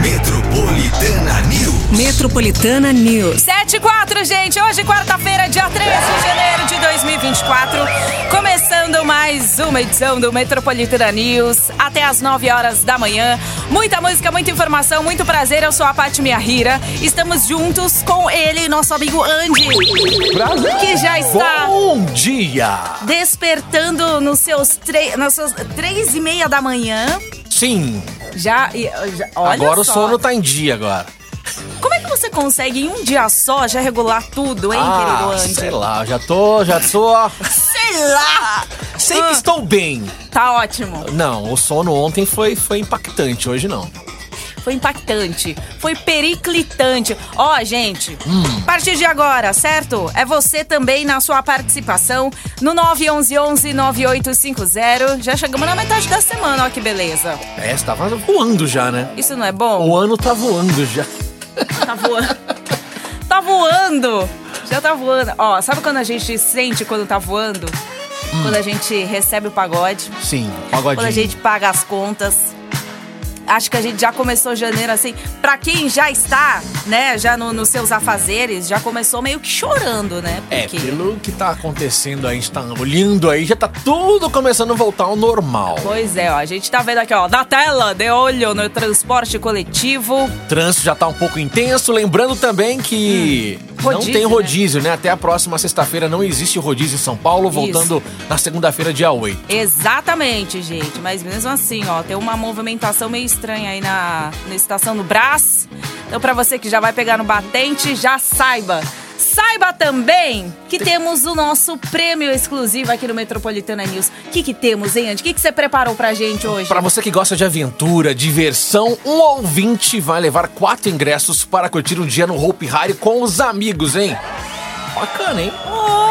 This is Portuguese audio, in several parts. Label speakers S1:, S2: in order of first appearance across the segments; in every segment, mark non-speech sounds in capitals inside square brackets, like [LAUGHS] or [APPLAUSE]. S1: Metropolitana News.
S2: Metropolitana News.
S3: 7 e 4, gente. Hoje, quarta-feira, dia 13 de janeiro de 2024. Começando mais uma edição do Metropolitana News. Até às 9 horas da manhã. Muita música, muita informação, muito prazer. Eu sou a Paty Miahira. Estamos juntos com ele, nosso amigo Andy.
S4: Brasil!
S3: Que já está
S4: Bom dia!
S3: despertando nos seus tre... nas suas três e meia da manhã.
S4: Sim,
S3: Já, e- já- olha
S4: agora
S3: só.
S4: o sono tá em dia agora.
S3: Como é que você consegue em um dia só já regular tudo, hein, querido
S4: ah,
S3: Andy?
S4: sei lá, já tô, já sou...
S3: Sei lá!
S4: Sei
S3: Ah.
S4: que estou bem.
S3: Tá ótimo.
S4: Não, o sono ontem foi, foi impactante, hoje não.
S3: Foi impactante. Foi periclitante. Ó, gente, a partir de agora, certo? É você também na sua participação no 911-9850. Já chegamos na metade da semana, ó que beleza.
S4: É, você tava voando já, né?
S3: Isso não é bom?
S4: O ano tá voando já.
S3: Tá voando. [LAUGHS] tá voando! Já tá voando. Ó, sabe quando a gente sente quando tá voando? Quando a gente recebe o pagode?
S4: Sim, pagodinho.
S3: Quando a gente paga as contas. Acho que a gente já começou janeiro assim. Pra quem já está, né, já no- nos seus afazeres, já começou meio que chorando, né?
S4: É, pelo que tá acontecendo aí, a gente tá olhando aí, já tá tudo começando a voltar ao normal.
S3: Pois é, ó, a gente tá vendo aqui, ó, na tela, de olho no transporte coletivo.
S4: O trânsito já tá um pouco intenso. Lembrando também que
S3: rodízio,
S4: não tem
S3: né?
S4: rodízio, né? Até a próxima sexta-feira não existe rodízio em São Paulo,
S3: Isso.
S4: voltando na segunda-feira, dia 8.
S3: Exatamente, gente. Mas mesmo assim, ó, tem uma movimentação meio estranha aí na, na estação do Brás. Então, pra você que já vai pegar no batente, já saiba. Saiba também que temos o nosso prêmio exclusivo aqui no Metropolitana News. O que, que temos, hein, Andy? O que, que você preparou pra gente hoje?
S4: Pra você que gosta de aventura, diversão, um ouvinte vai levar quatro ingressos para curtir um dia no Hope Harry com os amigos, hein? Bacana, hein?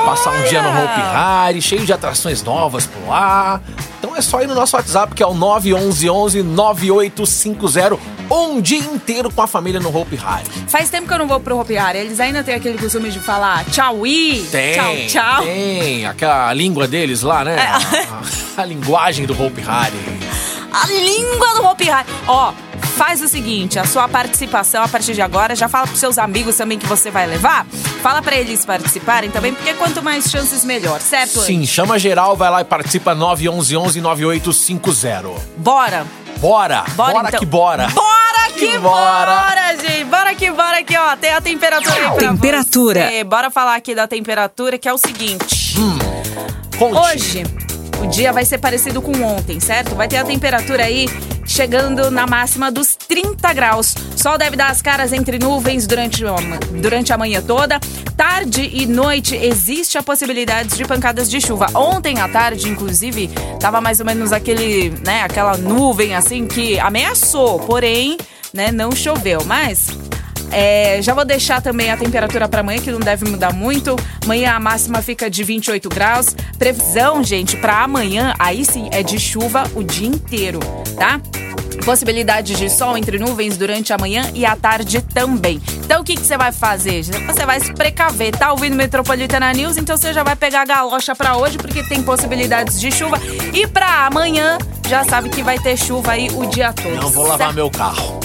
S4: Passar um dia no Hope Harry, cheio de atrações novas por lá. Então é só ir no nosso WhatsApp, que é o 911 9850. Um dia inteiro com a família no Hope Harry.
S3: Faz tempo que eu não vou pro Hopi Hari. Eles ainda têm aquele costume de falar tchau e
S4: Tem.
S3: tchau, tchau. É.
S4: Tem. Aquela língua deles lá, né? A- A, a linguagem do Hope Harry.
S3: A língua do Hopi Hari. Ó, faz o seguinte, a sua participação a partir de agora, já fala pros seus amigos também que você vai levar. Fala pra eles participarem também, porque quanto mais chances, melhor, certo? Andy?
S4: Sim, chama geral, vai lá e participa 911-9850.
S3: Bora.
S4: Bora!
S3: Bora, então.
S4: que bora! [LAUGHS]
S3: Bora que
S4: Que
S3: bora.
S4: bora.
S3: gente. Bora que bora aqui, ó. Tem a temperatura aí pra
S2: Temperatura.
S3: você. Bora falar aqui da temperatura, que é o seguinte.
S4: Conte.
S3: Hoje, o dia vai ser parecido com ontem, certo? Vai ter a temperatura aí chegando na máxima dos 30 graus. Sol deve dar as caras entre nuvens durante, a ma- durante a manhã toda. Tarde e noite existe a possibilidade de pancadas de chuva. Ontem à tarde, inclusive, tava mais ou menos aquele, né, aquela nuvem assim que ameaçou, porém, né, não choveu, mas é, já vou deixar também a temperatura para amanhã, que não deve mudar muito. Amanhã a máxima fica de 28 graus. Previsão, gente, para amanhã, aí sim é de chuva o dia inteiro, tá? Possibilidade de sol entre nuvens durante a manhã e à tarde também. Então o que, que você vai fazer? Você vai se precaver. Tá ouvindo Metropolitana News? Então você já vai pegar a galocha para hoje, porque tem possibilidades de chuva. E para amanhã, já sabe que vai ter chuva aí o dia todo.
S4: Não vou lavar
S3: certo?
S4: meu carro.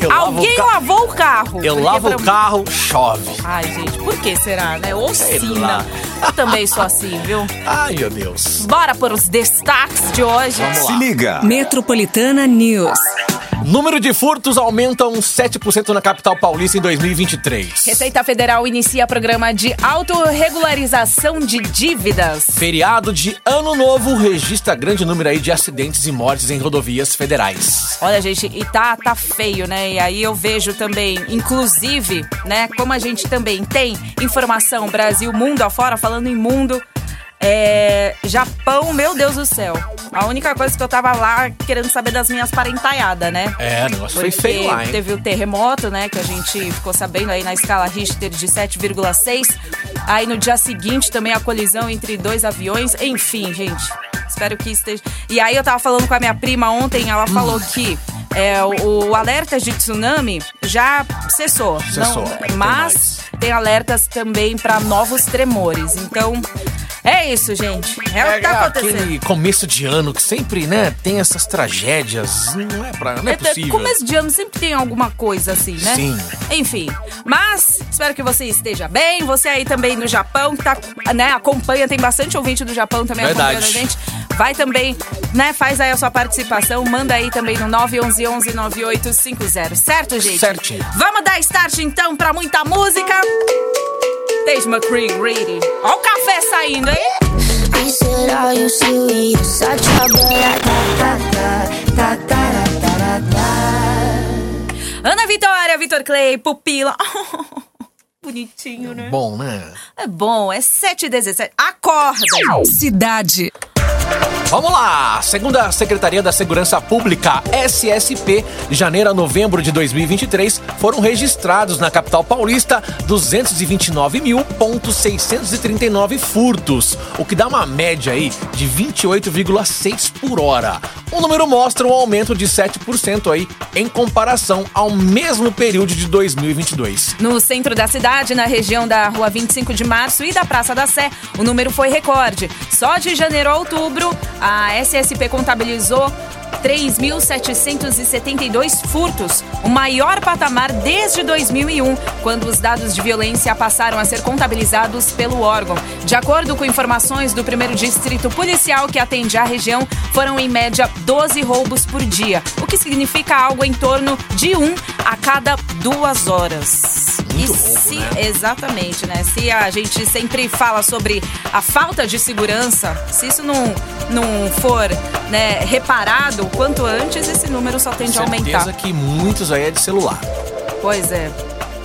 S4: Eu
S3: Alguém
S4: lavo
S3: lavou o
S4: o carro.
S3: carro.
S4: Eu
S3: Porque
S4: lavo
S3: pra-
S4: o carro, chove.
S3: Ai, gente, por que será, né? Ou
S4: Sei
S3: sina.
S4: lá.
S3: Eu também sou assim, viu?
S4: Ai, meu Deus.
S3: Bora para os destaques de hoje.
S4: Vamos
S1: Se liga.
S2: Metropolitana News.
S4: Número de furtos um aumentam 7% na capital paulista em 2023.
S3: Receita Federal inicia programa de autorregularização de dívidas.
S4: Feriado de Ano Novo registra grande número aí de acidentes e mortes em rodovias federais.
S3: Olha, gente, e tá, tá feio, né? E aí eu vejo também, inclusive, né, como a gente também tem informação Brasil, mundo afora, falando em mundo. É, Japão, meu Deus do céu. A única coisa que eu tava lá querendo saber das minhas parentaiadas, né?
S4: É, o negócio foi
S3: Porque
S4: feio lá, hein?
S3: Teve o terremoto, né? Que a gente ficou sabendo aí na escala Richter de 7,6. Aí no dia seguinte também a colisão entre dois aviões. Enfim, gente. Espero que esteja. E aí eu tava falando com a minha prima ontem, ela falou que. é, o, o alerta de tsunami já cessou. Não,
S4: Cessou, não tem
S3: mas
S4: mais.
S3: tem alertas também para novos tremores. Então, É isso, gente. É o que tá acontecendo.
S4: aquele começo de ano que sempre, né, tem essas tragédias. Não é, pra, não é possível.
S3: Começo de ano sempre tem alguma coisa assim, né?
S4: Sim.
S3: Enfim, mas espero que você esteja bem. Você aí também no Japão, que tá, né, acompanha, tem bastante ouvinte do Japão também
S4: Verdade.
S3: acompanhando a gente. Vai também, né, faz aí a sua participação, manda aí também no 911-9850, certo, gente?
S4: Certinho.
S3: Vamos dar start então pra muita música. Tate McCree, Ready. Ó o café saindo, hein?
S5: You said all your serious. I tried, but I da da da da da da da da.
S3: Ana Vitória, Vitor Clay, Pupila. [LAUGHS] Bonitinho, né?
S4: Bom, né?
S3: É bom, é 7h17. Acorda!
S2: Cidade.
S4: Vamos lá! Segundo a Secretaria da Segurança Pública, SSP, de janeiro a novembro de 2023, foram registrados na capital paulista 229.639 furtos, o que dá uma média aí de 28,6 por hora. O número mostra um aumento de 7% aí em comparação ao mesmo período de 2022.
S3: No centro da cidade, na região da Rua 25 de Março e da Praça da Sé, o número foi recorde. Só de janeiro a outubro, a SSP contabilizou 3.772 furtos, o maior patamar desde 2001, quando os dados de violência passaram a ser contabilizados pelo órgão. De acordo com informações do primeiro distrito policial que atende a região, foram em média 12 roubos por dia, o que significa algo em torno de um a cada duas horas.
S4: Muito
S3: e
S4: roubo,
S3: se,
S4: né?
S3: Exatamente, né? Se a gente sempre fala sobre a falta de segurança, se isso não, não for né, reparado o quanto antes, esse número só tende a aumentar.
S4: Certeza que muitos aí é de celular.
S3: Pois é.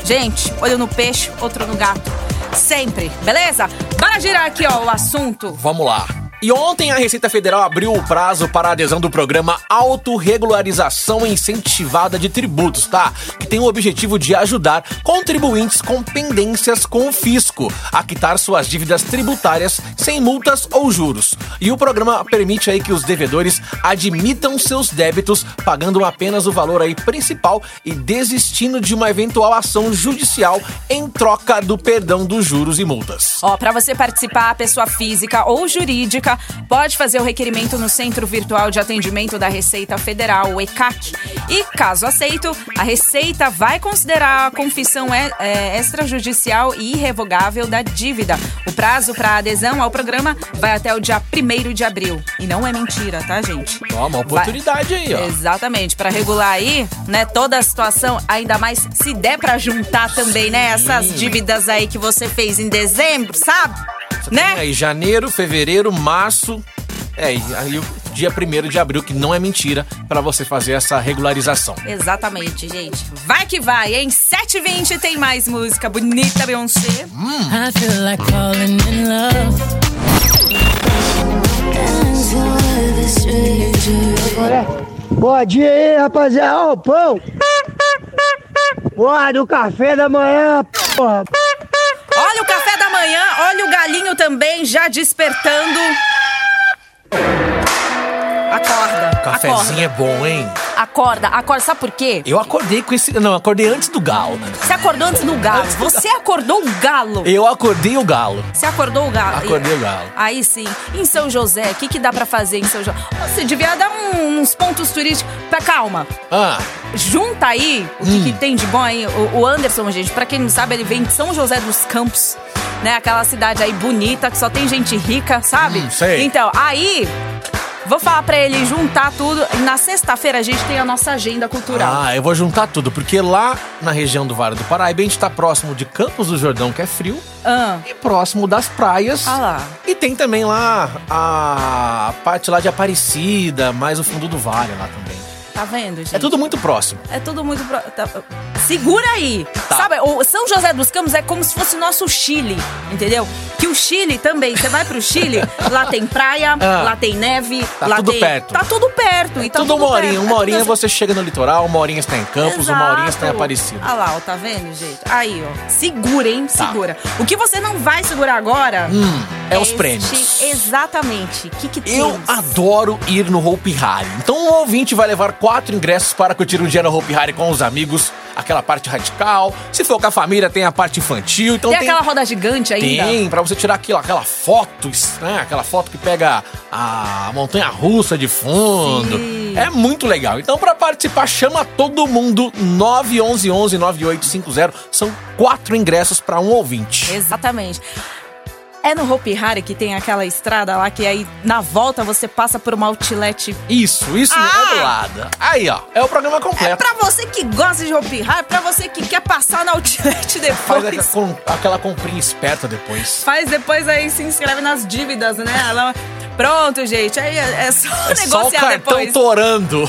S3: Gente, olho no peixe, outro no gato. Sempre, beleza? Bora girar aqui, ó, o assunto.
S4: Vamos lá. E ontem a Receita Federal abriu o prazo para a adesão do programa Autorregularização Incentivada de Tributos, tá? Que tem o objetivo de ajudar contribuintes com pendências com o fisco a quitar suas dívidas tributárias sem multas ou juros. E o programa permite aí que os devedores admitam seus débitos pagando apenas o valor aí principal e desistindo de uma eventual ação judicial em troca do perdão dos juros e multas.
S3: Ó, para você participar, a pessoa física ou jurídica pode fazer o requerimento no Centro Virtual de Atendimento da Receita Federal, o ECAC. E, caso aceito, a Receita vai considerar a confissão é, é, extrajudicial e irrevogável da dívida. O prazo para adesão ao programa vai até o dia 1 de abril. E não é mentira, tá, gente?
S4: Ó, uma
S3: Vai-
S4: oportunidade aí, ó.
S3: Exatamente, pra regular aí, né, toda a situação, ainda mais se der pra juntar também, né, essas dívidas aí que você fez em dezembro, sabe?
S4: E
S3: Né?
S4: Aí, janeiro, fevereiro, março. É, e aí o dia 1 de abril, que não é mentira, pra você fazer essa regularização.
S3: Exatamente, gente. Vai que vai, hein? 7h20 tem mais música bonita, Beyoncé.
S6: I feel like falling in love.
S5: Dancing with a stranger.
S7: Bom dia aí, rapaziada. Ó, o pão! Porra, do café da manhã, porra!
S3: Olha o café da manhã, olha o galinho também já despertando. Acorda,
S4: Cafezinho é bom, hein?
S3: acorda, acorda, acorda. Sabe por quê?
S4: Eu acordei com esse. Não, acordei antes do galo.
S3: Você acordou antes do galo. Você acordou o galo.
S4: Eu acordei o galo.
S3: Você acordou o galo?
S4: Acordei o galo.
S3: Aí sim. Em São José, o que, que dá pra fazer em São José? Você devia dar um- uns pontos turísticos. Pra, calma.
S4: Ah,
S3: Junta aí o que,
S4: Hum.
S3: que tem de bom aí. O, o Anderson, gente, pra quem não sabe, ele vem de São José dos Campos, né? Aquela cidade aí bonita, que só tem gente rica, sabe?
S4: Hum, sei.
S3: Então, aí. Vou falar pra ele juntar tudo. Na sexta-feira a gente tem a nossa agenda cultural.
S4: ah, eu vou juntar tudo, porque lá na região do Vale do Paraíba, a gente tá próximo de Campos do Jordão, que é frio,
S3: Ah.
S4: e próximo das praias.
S3: Ah lá.
S4: E tem também lá a parte lá de Aparecida, mais o fundo do vale lá também.
S3: Tá vendo, gente?
S4: É tudo muito próximo.
S3: É tudo muito. pro- tá- Segura aí!
S4: Tá.
S3: Sabe, o São José dos Campos é como se fosse nosso Chile, entendeu? Que o Chile também, você vai pro
S4: [LAUGHS]
S3: Chile, lá tem praia,
S4: Ah.
S3: lá tem neve,
S4: Tá
S3: lá
S4: tudo
S3: tem.
S4: perto.
S3: Tá tudo perto. E tá
S4: tudo uma
S3: perto.
S4: horinha.
S3: É
S4: Uma
S3: tudo
S4: horinha
S3: assim.
S4: você chega no litoral, uma horinha está em Campos, uma horinha tá está em
S3: Exato.
S4: Aparecida.
S3: Ah lá, ó, tá vendo, gente? Aí, ó. Segura, hein? Segura. O que você não vai segurar agora
S4: Tá. Hum, é os
S3: este-
S4: prêmios.
S3: Exatamente. O que, que tem?
S4: Eu adoro ir no Hope Harry. Então, um ouvinte vai levar quatro ingressos para curtir um dia no Hope Harry com os amigos aquela parte radical. Se for com a família, tem a parte infantil. Então
S3: Tem
S4: tem,
S3: aquela roda gigante ainda?
S4: Tem, pra você tirar aquilo, aquela foto, né? Aquela foto que pega a montanha russa de fundo. É muito legal. Então, pra participar, chama todo mundo 911 9850. São quatro ingressos pra um ouvinte.
S3: Exatamente. É no Hopi Hari que tem aquela estrada lá que aí na volta você passa por uma outlet.
S4: Isso, isso
S3: Ah!
S4: é do lado. Aí, ó, é o programa
S3: É
S4: completo.
S3: pra você que gosta de Hopi Hari, é pra você que quer passar na outlet [LAUGHS] depois.
S4: Faz aquela, com- aquela comprinha esperta depois.
S3: Faz depois aí se inscreve nas dívidas, né? Ela- Pronto, gente. Aí é, é só
S4: É só o
S3: negociar
S4: cartão
S3: depois.
S4: torando.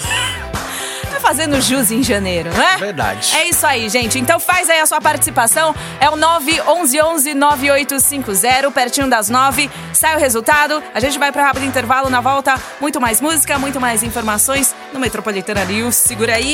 S3: Tá fazendo jus em janeiro, né?
S4: Verdade.
S3: É isso aí, gente. Então faz aí a sua participação. É o 911-9850, pertinho das 9. Sai o resultado. A gente vai pra rápido intervalo. Na volta, muito mais música, muito mais informações no Metropolitana News. Segura aí.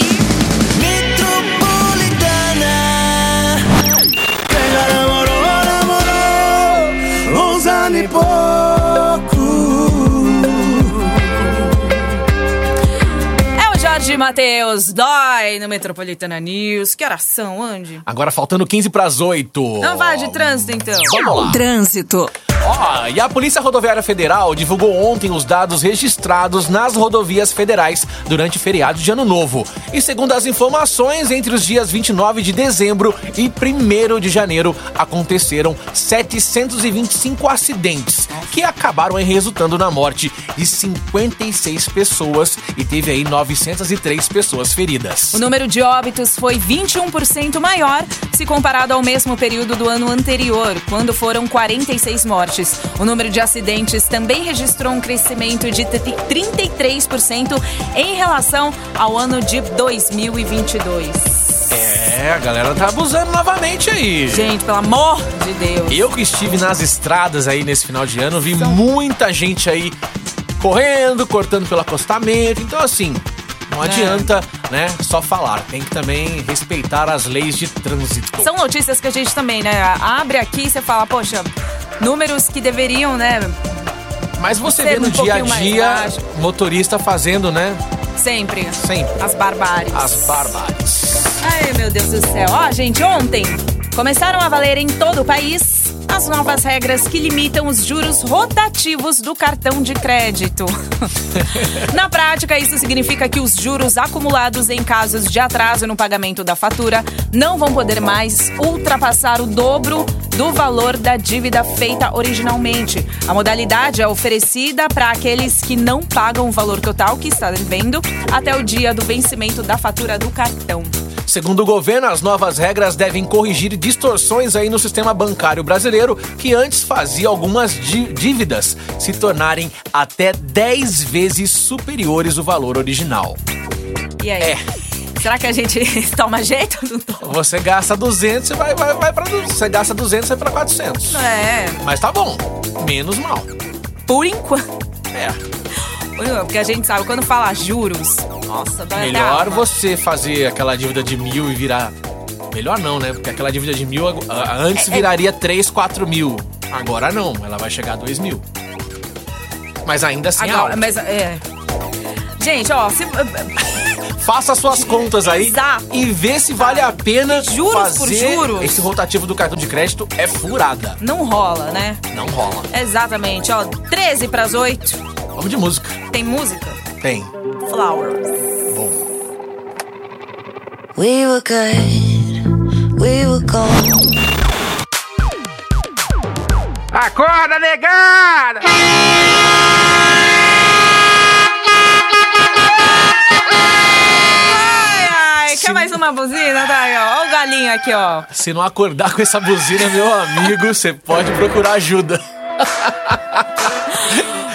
S3: É o Jorge Matheus. Dói no Metropolitana News. Que oração, Andy?
S4: Agora faltando 15 pras 8.
S3: Não vá de trânsito, então.
S4: Vamos lá.
S2: Trânsito.
S4: Ó, e a Polícia Rodoviária Federal divulgou ontem os dados registrados nas rodovias federais durante o feriado de Ano Novo. E segundo as informações, entre os dias 29 de dezembro e 1 de janeiro aconteceram 725 acidentes, que acabaram aí resultando na morte de 56 pessoas e teve aí 903 pessoas feridas.
S3: O número de óbitos foi 21% maior se comparado ao mesmo período do ano anterior, quando foram 46 mortes. O número de acidentes também registrou um crescimento de 33% em relação ao ano de 2022.
S4: É, a galera tá abusando novamente aí.
S3: Gente, pelo amor de Deus.
S4: Eu que estive nas estradas aí nesse final de ano, vi muita gente aí correndo, cortando pelo acostamento. Então, assim,
S3: É.
S4: não adianta, né, só falar. Tem que também respeitar as leis de trânsito.
S3: São notícias que a gente também, né, abre aqui e você fala, poxa, números que deveriam, né,
S4: Mas você
S3: Ser
S4: vê no
S3: um
S4: dia a
S3: pouquinho mais
S4: dia
S3: ágil.
S4: motorista fazendo, né,
S3: sempre,
S4: sempre
S3: as barbáries.
S4: as barbáries.
S3: Ai, meu Deus do céu. Ó, gente, ontem começaram a valer em todo o país as novas regras que limitam os juros rotativos do cartão de crédito. [LAUGHS] Na prática, isso significa que os juros acumulados em casos de atraso no pagamento da fatura não vão poder mais ultrapassar o dobro do valor da dívida feita originalmente. A modalidade é oferecida para aqueles que não pagam o valor total que está devendo até o dia do vencimento da fatura do cartão.
S4: Segundo o governo, as novas regras devem corrigir distorções aí no sistema bancário brasileiro, que antes fazia algumas dí- dívidas se tornarem até 10 vezes superiores o valor original.
S3: E
S4: É.
S3: aí? Será que a gente [LAUGHS] toma jeito? Não toma.
S4: Você gasta 200 e vai, vai, vai para você gasta 200 e vai para 400.
S3: É,
S4: Mas tá bom, menos mal.
S3: por enquanto.
S4: É,
S3: Porque a gente sabe, quando fala juros, nossa, dá até a
S4: melhor
S3: alma.
S4: você fazer aquela dívida de mil e virar. Melhor não, né? Porque aquela dívida de mil ag- a- antes
S3: É,
S4: viraria 3, 4 mil. Agora não, ela vai chegar a 2 mil. Mas ainda assim, é
S3: Agora,
S4: alto.
S3: mas é. Gente, ó, se- eh,
S4: faça suas contas aí
S3: Exato. Tá.
S4: e vê se vale a pena
S3: Juros por
S4: fazer
S3: juros.
S4: Esse rotativo do cartão de crédito é furada.
S3: não rola, né?
S4: Não rola.
S3: Exatamente, ó, 13 pras 8,
S4: Vamos de música.
S3: tem música?
S4: Tem.
S3: Flowers.
S4: Bom.
S5: We were good, we were gold.
S8: Acorda, negada!
S3: Ai, ai, quer mais uma buzina? Tá aí, ó, ó o galinho aqui, ó.
S4: Se não acordar com essa buzina, meu amigo, você pode procurar ajuda.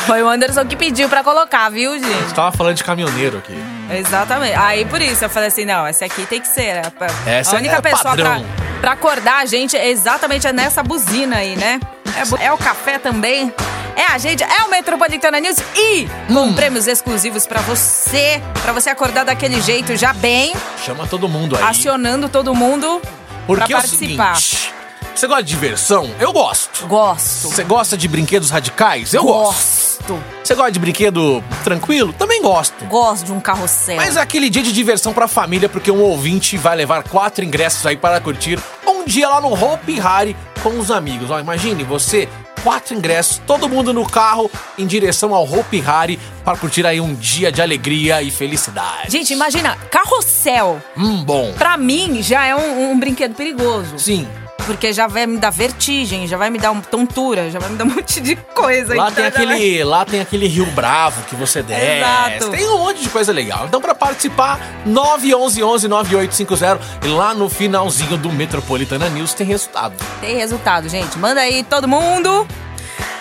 S3: Foi o Anderson que pediu pra colocar, viu, gente?
S4: Tava falando de caminhoneiro aqui.
S3: Exatamente. Aí por isso eu falei assim: não, essa aqui tem que ser. né? Pra-
S4: Essa
S3: a única
S4: é
S3: pessoa pra,
S4: padrão.
S3: pra acordar a gente é exatamente nessa buzina aí, né? É, bu- é o café também. É a gente, é o Metropolitana News e com
S4: Hum.
S3: prêmios exclusivos pra você, pra você acordar daquele jeito já bem,
S4: Chama todo mundo aí.
S3: acionando todo mundo
S4: Porque
S3: pra
S4: é o
S3: participar.
S4: seguinte, você gosta de diversão? Eu gosto.
S3: Gosto.
S4: Você gosta de brinquedos radicais? Eu gosto.
S3: Gosto.
S4: Você gosta de brinquedo tranquilo? Também gosto.
S3: Gosto de um carrossel.
S4: Mas é aquele dia de diversão pra família, porque um ouvinte vai levar quatro ingressos aí para curtir um dia lá no Hope Harry com os amigos. Ó, imagine você, quatro ingressos, todo mundo no carro em direção ao Hope Harry para curtir aí um dia de alegria e felicidade.
S3: Gente, imagina, carrossel,
S4: Hum, bom.
S3: pra mim, já é um, um brinquedo perigoso.
S4: Sim,
S3: Porque já vai me dar vertigem, já vai me dar um, tontura, já vai me dar um [LAUGHS] monte de coisa.
S4: Lá
S3: então
S4: tem,
S3: já vai-
S4: aquele, lá tem aquele Rio Bravo que você desce.
S3: Exato.
S4: Tem um monte de coisa legal. Então, pra participar, 911-9850. E lá no finalzinho do Metropolitana News tem resultado.
S3: Tem resultado, gente. Manda aí, todo mundo.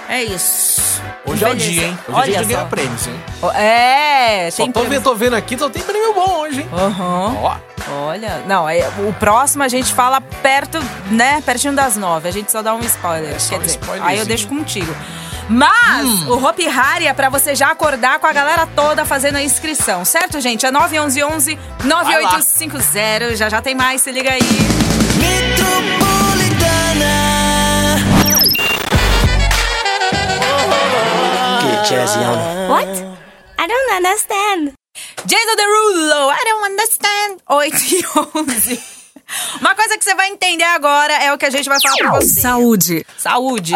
S3: É isso.
S4: Hoje é o
S3: Beleza.
S4: dia, hein? Hoje é
S3: Olha
S4: o dia de ganhar
S3: só.
S4: prêmios, hein?
S3: É,
S4: Só
S3: tem
S4: tô,
S3: prêmio.
S4: vendo, tô vendo aqui, só tem prêmio bom hoje, hein?
S3: Aham.
S4: Ó,
S3: Olha, não, é, o próximo a gente fala perto, né? Pertinho das nove. A gente só dá um spoiler.
S4: só
S3: quer
S4: um
S3: dizer,
S4: spoilerzinho. Hum.
S3: aí eu deixo contigo. Mas o Hopi Hari é pra você já acordar com a galera toda fazendo a inscrição, certo, gente? É 911 9850. Já já tem mais, se liga aí.
S5: What? I don't understand.
S3: Jason Derulo, I don't understand. 8 e 11. Uma coisa que você vai entender agora é o que a gente vai falar pra você.
S2: Saúde.
S3: Saúde.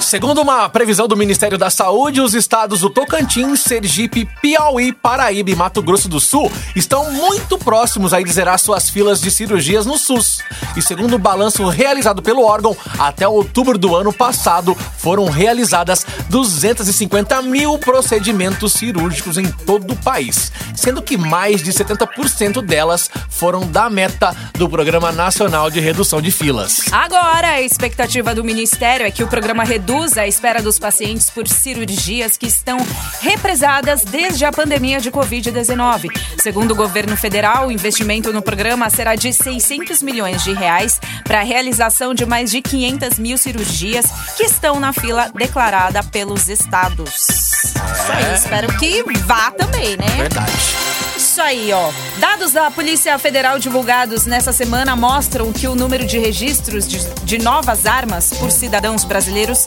S4: Segundo uma previsão do Ministério da Saúde, os estados do Tocantins, Sergipe, Piauí, Paraíba e Mato Grosso do Sul estão muito próximos aí de zerar suas filas de cirurgias no SUS. E segundo o balanço realizado pelo órgão, até outubro do ano passado foram realizadas 250 mil procedimentos cirúrgicos em todo o país, sendo que mais de 70% delas foram da meta do Programa Nacional de Redução de Filas.
S3: Agora, a expectativa do Ministério é que o programa reduza a espera dos pacientes por cirurgias que estão represadas desde a pandemia de Covid-19. Segundo o governo federal, o investimento no programa será de 600 milhões de reais para a realização de mais de 500 mil cirurgias que estão na fila declarada pelos estados. É. Isso aí, espero que vá também, né?
S4: Verdade.
S3: Isso aí, ó. Dados da Polícia Federal divulgados nessa semana mostram que o número de registros de, de novas armas por cidadãos brasileiros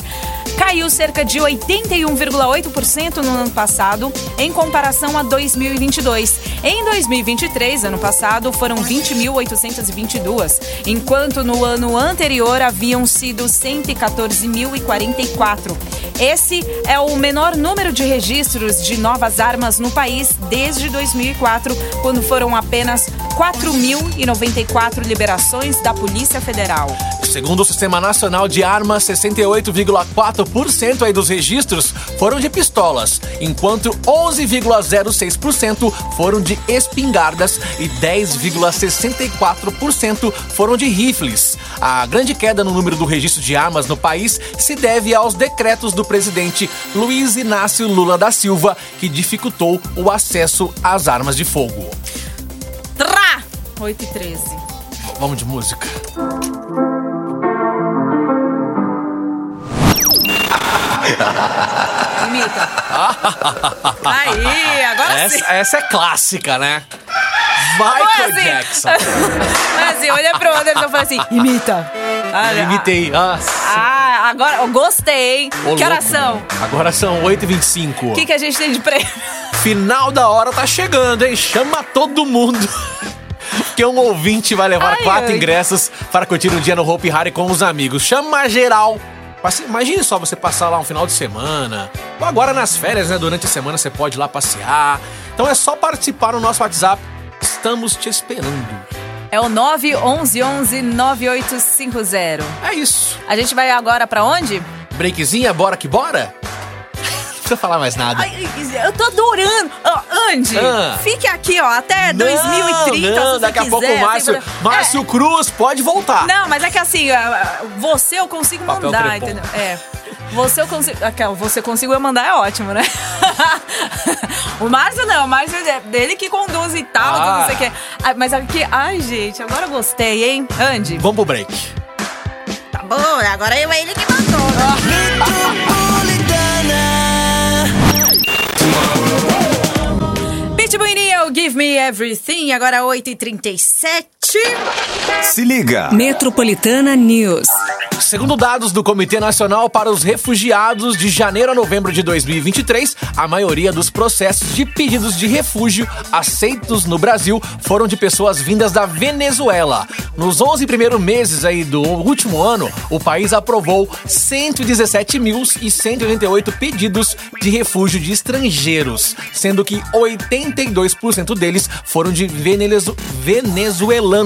S3: caiu cerca de 81,8% no ano passado, em comparação a 2022. Em 2023, ano passado, foram 20.822, enquanto no ano anterior haviam sido 114.044. Esse é o menor número de registros de novas armas no país desde 2004, quando foram apenas 4.094 liberações da Polícia Federal.
S4: Segundo o Sistema Nacional de Armas, 68,4% aí dos registros foram de pistolas, enquanto 11,06% foram de espingardas e 10,64% foram de rifles. A grande queda no número do registro de armas no país se deve aos decretos do presidente Luiz Inácio Lula da Silva, que dificultou o acesso às armas de fogo.
S3: Trá! 8 e 13.
S4: Vamos de música.
S3: Imita. Aí, agora sim.
S4: Essa, essa é clássica, né? Michael
S3: Foi assim.
S4: Jackson.
S3: Mas assim, olha pro Anderson e fala assim, imita. [LAUGHS] Olha,
S4: Eu imitei. Nossa.
S3: Ah, agora, eu gostei, hein? que
S4: Ô, louco,
S3: horas são?
S4: mano. Agora são 8h25.
S3: O que, que a gente tem de prêmio?
S4: Final da hora tá chegando, hein? Chama todo mundo. [LAUGHS] Porque um ouvinte vai levar
S3: Ai,
S4: quatro
S3: ai.
S4: ingressos para curtir o dia no Hope Harry com os amigos. Chama geral. Passe- Imagine só você passar lá um final de semana. Ou agora nas férias, né? Durante a semana você pode ir lá passear. Então é só participar no nosso WhatsApp. Estamos te esperando.
S3: É o 911-9850.
S4: É isso.
S3: A gente vai agora pra onde?
S4: Breakzinha, bora que bora? Não precisa falar mais nada.
S3: Ai, eu tô adorando. Ó, Andy,
S4: Ah.
S3: fique aqui, ó, até
S4: Não,
S3: 2030, se
S4: não,
S3: você
S4: daqui a
S3: quiser,
S4: pouco o
S3: sem
S4: Márcio,
S3: problema.
S4: Márcio Cruz pode voltar.
S3: É, não, mas é que assim, ah, ah, você eu consigo
S4: Papel
S3: mandar,
S4: crepom.
S3: entendeu? É. Você eu consigo. Aquela, você consigo eu mandar é ótimo, né? [LAUGHS] o Márcio não, o Márcio é dele que conduz e tal, tudo
S4: Ah.
S3: isso aqui. Ah, Mas aqui. Ai, gente, agora eu gostei, hein? Andy.
S4: Vamos pro break.
S3: Tá bom, agora é ele que mandou. Pitbull e Neil, Give Me Everything, agora 8h37.
S2: 7.
S1: Se liga.
S2: Metropolitana News.
S4: Segundo dados do Comitê Nacional para os Refugiados, de janeiro a novembro de 2023, a maioria dos processos de pedidos de refúgio aceitos no Brasil foram de pessoas vindas da Venezuela. Nos 11 primeiros meses aí do último ano, o país aprovou 117.188 pedidos de refúgio de estrangeiros, sendo que 82% deles foram de venezu- venezuelanos.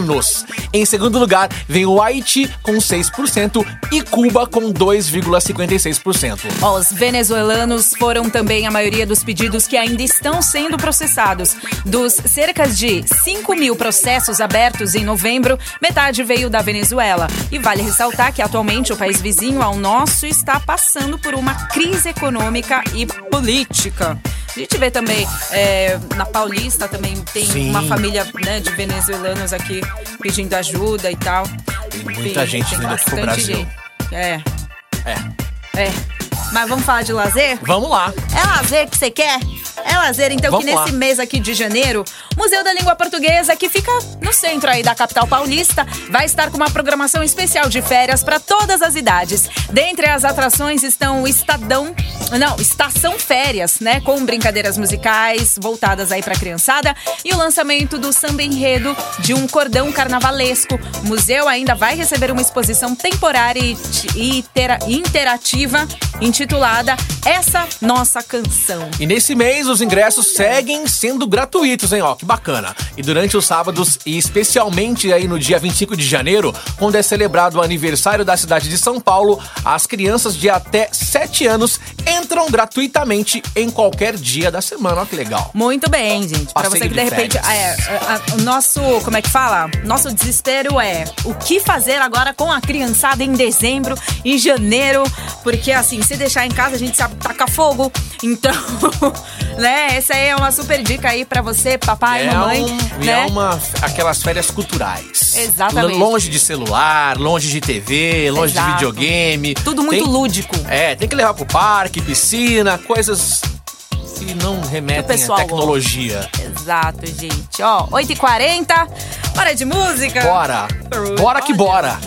S4: Em segundo lugar, vem o Haiti com 6% e Cuba com 2,56%.
S3: Ó, os venezuelanos foram também a maioria dos pedidos que ainda estão sendo processados. Dos cerca de 5 mil processos abertos em novembro, metade veio da Venezuela. E vale ressaltar que atualmente o país vizinho ao nosso está passando por uma crise econômica e política. A gente vê também é, na Paulista também tem
S4: Sim.
S3: uma família né, de venezuelanos aqui pedindo ajuda e tal.
S4: Tem muita gente vindo aqui pro
S3: bastante
S4: Brasil.
S3: gente. É,
S4: É,
S3: é. Mas vamos falar de lazer?
S4: vamos lá.
S3: É lazer que você quer? É lazer, então,
S4: Vamos
S3: que nesse
S4: lá.
S3: mês aqui de janeiro, Museu da Língua Portuguesa, que fica no centro aí da capital paulista, vai estar com uma programação especial de férias para todas as idades. Dentre as atrações estão o Estadão, não, Estação Férias, né? Com brincadeiras musicais voltadas aí para criançada e o lançamento do samba enredo de um cordão carnavalesco. O museu ainda vai receber uma exposição temporária e, e intera- interativa intitulada Essa Nossa Canção.
S4: E nesse mês os ingressos seguem sendo gratuitos, hein? Ó, que bacana. E durante os sábados, e especialmente aí no dia 25 de janeiro, quando é celebrado o aniversário da cidade de São Paulo, as crianças de até 7 anos entram gratuitamente em qualquer dia da semana. Ó, que legal.
S3: Muito bem, gente. Pra
S4: Passeio
S3: você que de
S4: de
S3: repente.
S4: férias.
S3: é, a- a- o nosso. Como é que fala? Nosso desespero é o que fazer agora com a criançada em dezembro e janeiro. Porque, assim, se deixar em casa, a gente sabe tacar fogo. Então, [LAUGHS] né? Essa aí é uma super dica aí pra você, papai,
S4: é
S3: mamãe.
S4: um-
S3: né?
S4: é uma, aquelas férias culturais.
S3: Exatamente.
S4: Longe de celular, longe de TV, longe
S3: Exato.
S4: de videogame.
S3: Tudo muito
S4: Tem-
S3: lúdico.
S4: É, tem que levar pro parque, piscina, coisas que não remetem
S3: pessoal
S4: à tecnologia.
S3: Exato, gente. Ó, 8h40, hora de música.
S4: Bora! Bora que bora!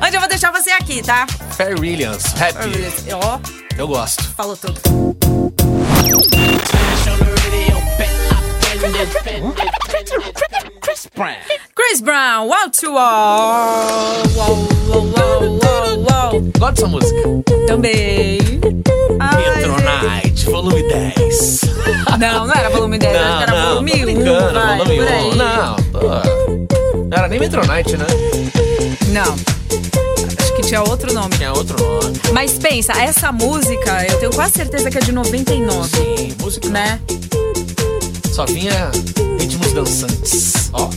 S3: Onde eu vou deixar você aqui, tá?
S4: Fair Williams, happy.
S3: Ó,
S4: Eu gosto.
S3: falou tudo. Chris Brown, wall to wall. Wall, wall, wall, wall, wall.
S4: Gosto dessa música.
S3: Também. Ai,
S4: Petronite, volume 10.
S3: gente. não, não era volume 10, acho que era
S4: não,
S3: volume
S4: tô
S3: 1.
S4: brincando,
S3: vai,
S4: volume
S3: por aí.
S4: um, Não, tô- Não era nem Metronite, né?
S3: Não. Acho que tinha outro nome.
S4: Tinha outro nome.
S3: Mas pensa, essa música, eu tenho quase certeza que é de 99,
S4: Sim, assim, música.
S3: né?
S4: Só vinha ritmos dançantes. Ó,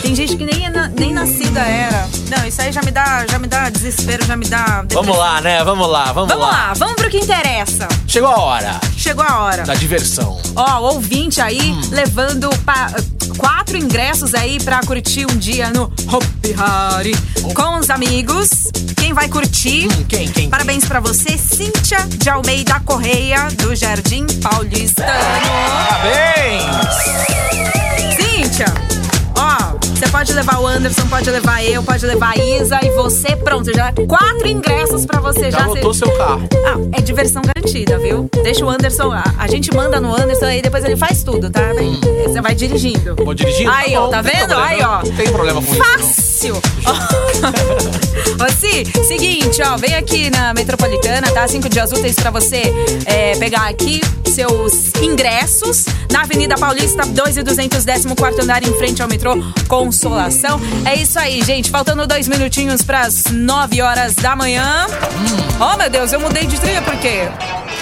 S3: Tem gente que nem, é na- nem nascida era. Não, isso aí já me dá, já me dá desespero, já me dá. depressão.
S4: vamos lá, né? Vamos lá, vamos,
S3: Vamos lá, vamos pro que interessa.
S4: Chegou a hora
S3: Chegou a hora.
S4: da diversão.
S3: Ó, ouvinte aí
S4: Hum.
S3: levando pa- quatro ingressos aí pra curtir um dia no Hopi Hari com os amigos. Quem vai curtir?
S4: Hum, quem, quem?
S3: Parabéns pra você, Cíntia de Almeida Correia, do Jardim Paulistano.
S4: Tá Parabéns!
S3: Cíntia, ó, você pode levar o Anderson, pode levar eu, pode levar a Isa e você, pronto, já é quatro ingressos pra você já.
S4: Já botou
S3: se-
S4: seu carro.
S3: Ah, é diversão garantida, viu? Deixa o Anderson, a, a gente manda no Anderson aí depois ele faz tudo, tá? Vai- Você vai dirigindo.
S4: Hum. Vou dirigir?
S3: Aí,
S4: Tá
S3: ó,
S4: bom,
S3: tá
S4: não tem
S3: vendo?
S4: problema,
S3: Aí, ó.
S4: Não tem problema com isso. não.
S3: Fácil! Ó. [LAUGHS] Ô, Si, seguinte, ó, vem aqui na Metropolitana, tá? Cinco dias úteis pra você é, pegar aqui seus ingressos na Avenida Paulista, 2214 andar, em frente ao metrô Consolação. É isso aí, gente. Faltando dois minutinhos pras nove horas da manhã. Oh, meu Deus, eu mudei de trilha por quê?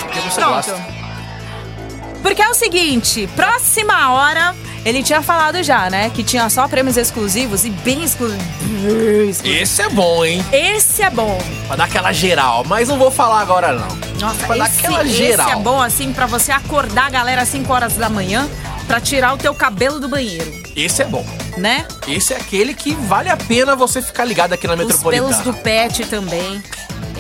S4: Porque você
S3: Pronto.
S4: gosta.
S3: Porque é o seguinte, próxima hora, ele tinha falado já, né? Que tinha só prêmios exclusivos e bem exclusivos.
S4: Esse é bom, hein?
S3: Esse é bom.
S4: Pra dar aquela geral, mas não vou falar agora, não.
S3: Nossa,
S4: Pra dar
S3: esse,
S4: aquela
S3: esse
S4: geral.
S3: é bom, assim, pra você acordar a galera às 5 horas da manhã pra tirar o teu cabelo do banheiro,
S4: Esse é bom.
S3: né?
S4: Esse é aquele que vale a pena você ficar ligado aqui na
S3: Os pelos
S4: Metropolitana.
S3: do pet também.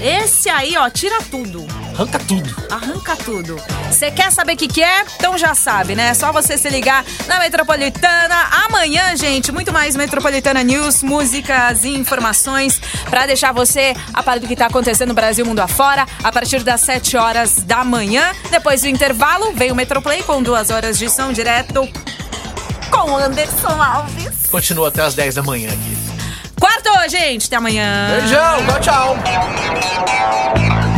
S3: Esse aí, ó, tira tudo.
S4: Arranca tudo.
S3: Arranca tudo. Você quer saber o que, que é? Então já sabe, né? É só você se ligar na Metropolitana. Amanhã, gente, muito mais Metropolitana News, músicas e informações pra deixar você a par do que tá acontecendo no Brasil e mundo afora a partir das 7 horas da manhã. Depois do intervalo, vem o Metroplay com duas horas de som direto com o Anderson Alves.
S4: Continua até as 10 da manhã aqui.
S3: Quarto, gente. Até amanhã.
S4: Beijão, tchau, tchau.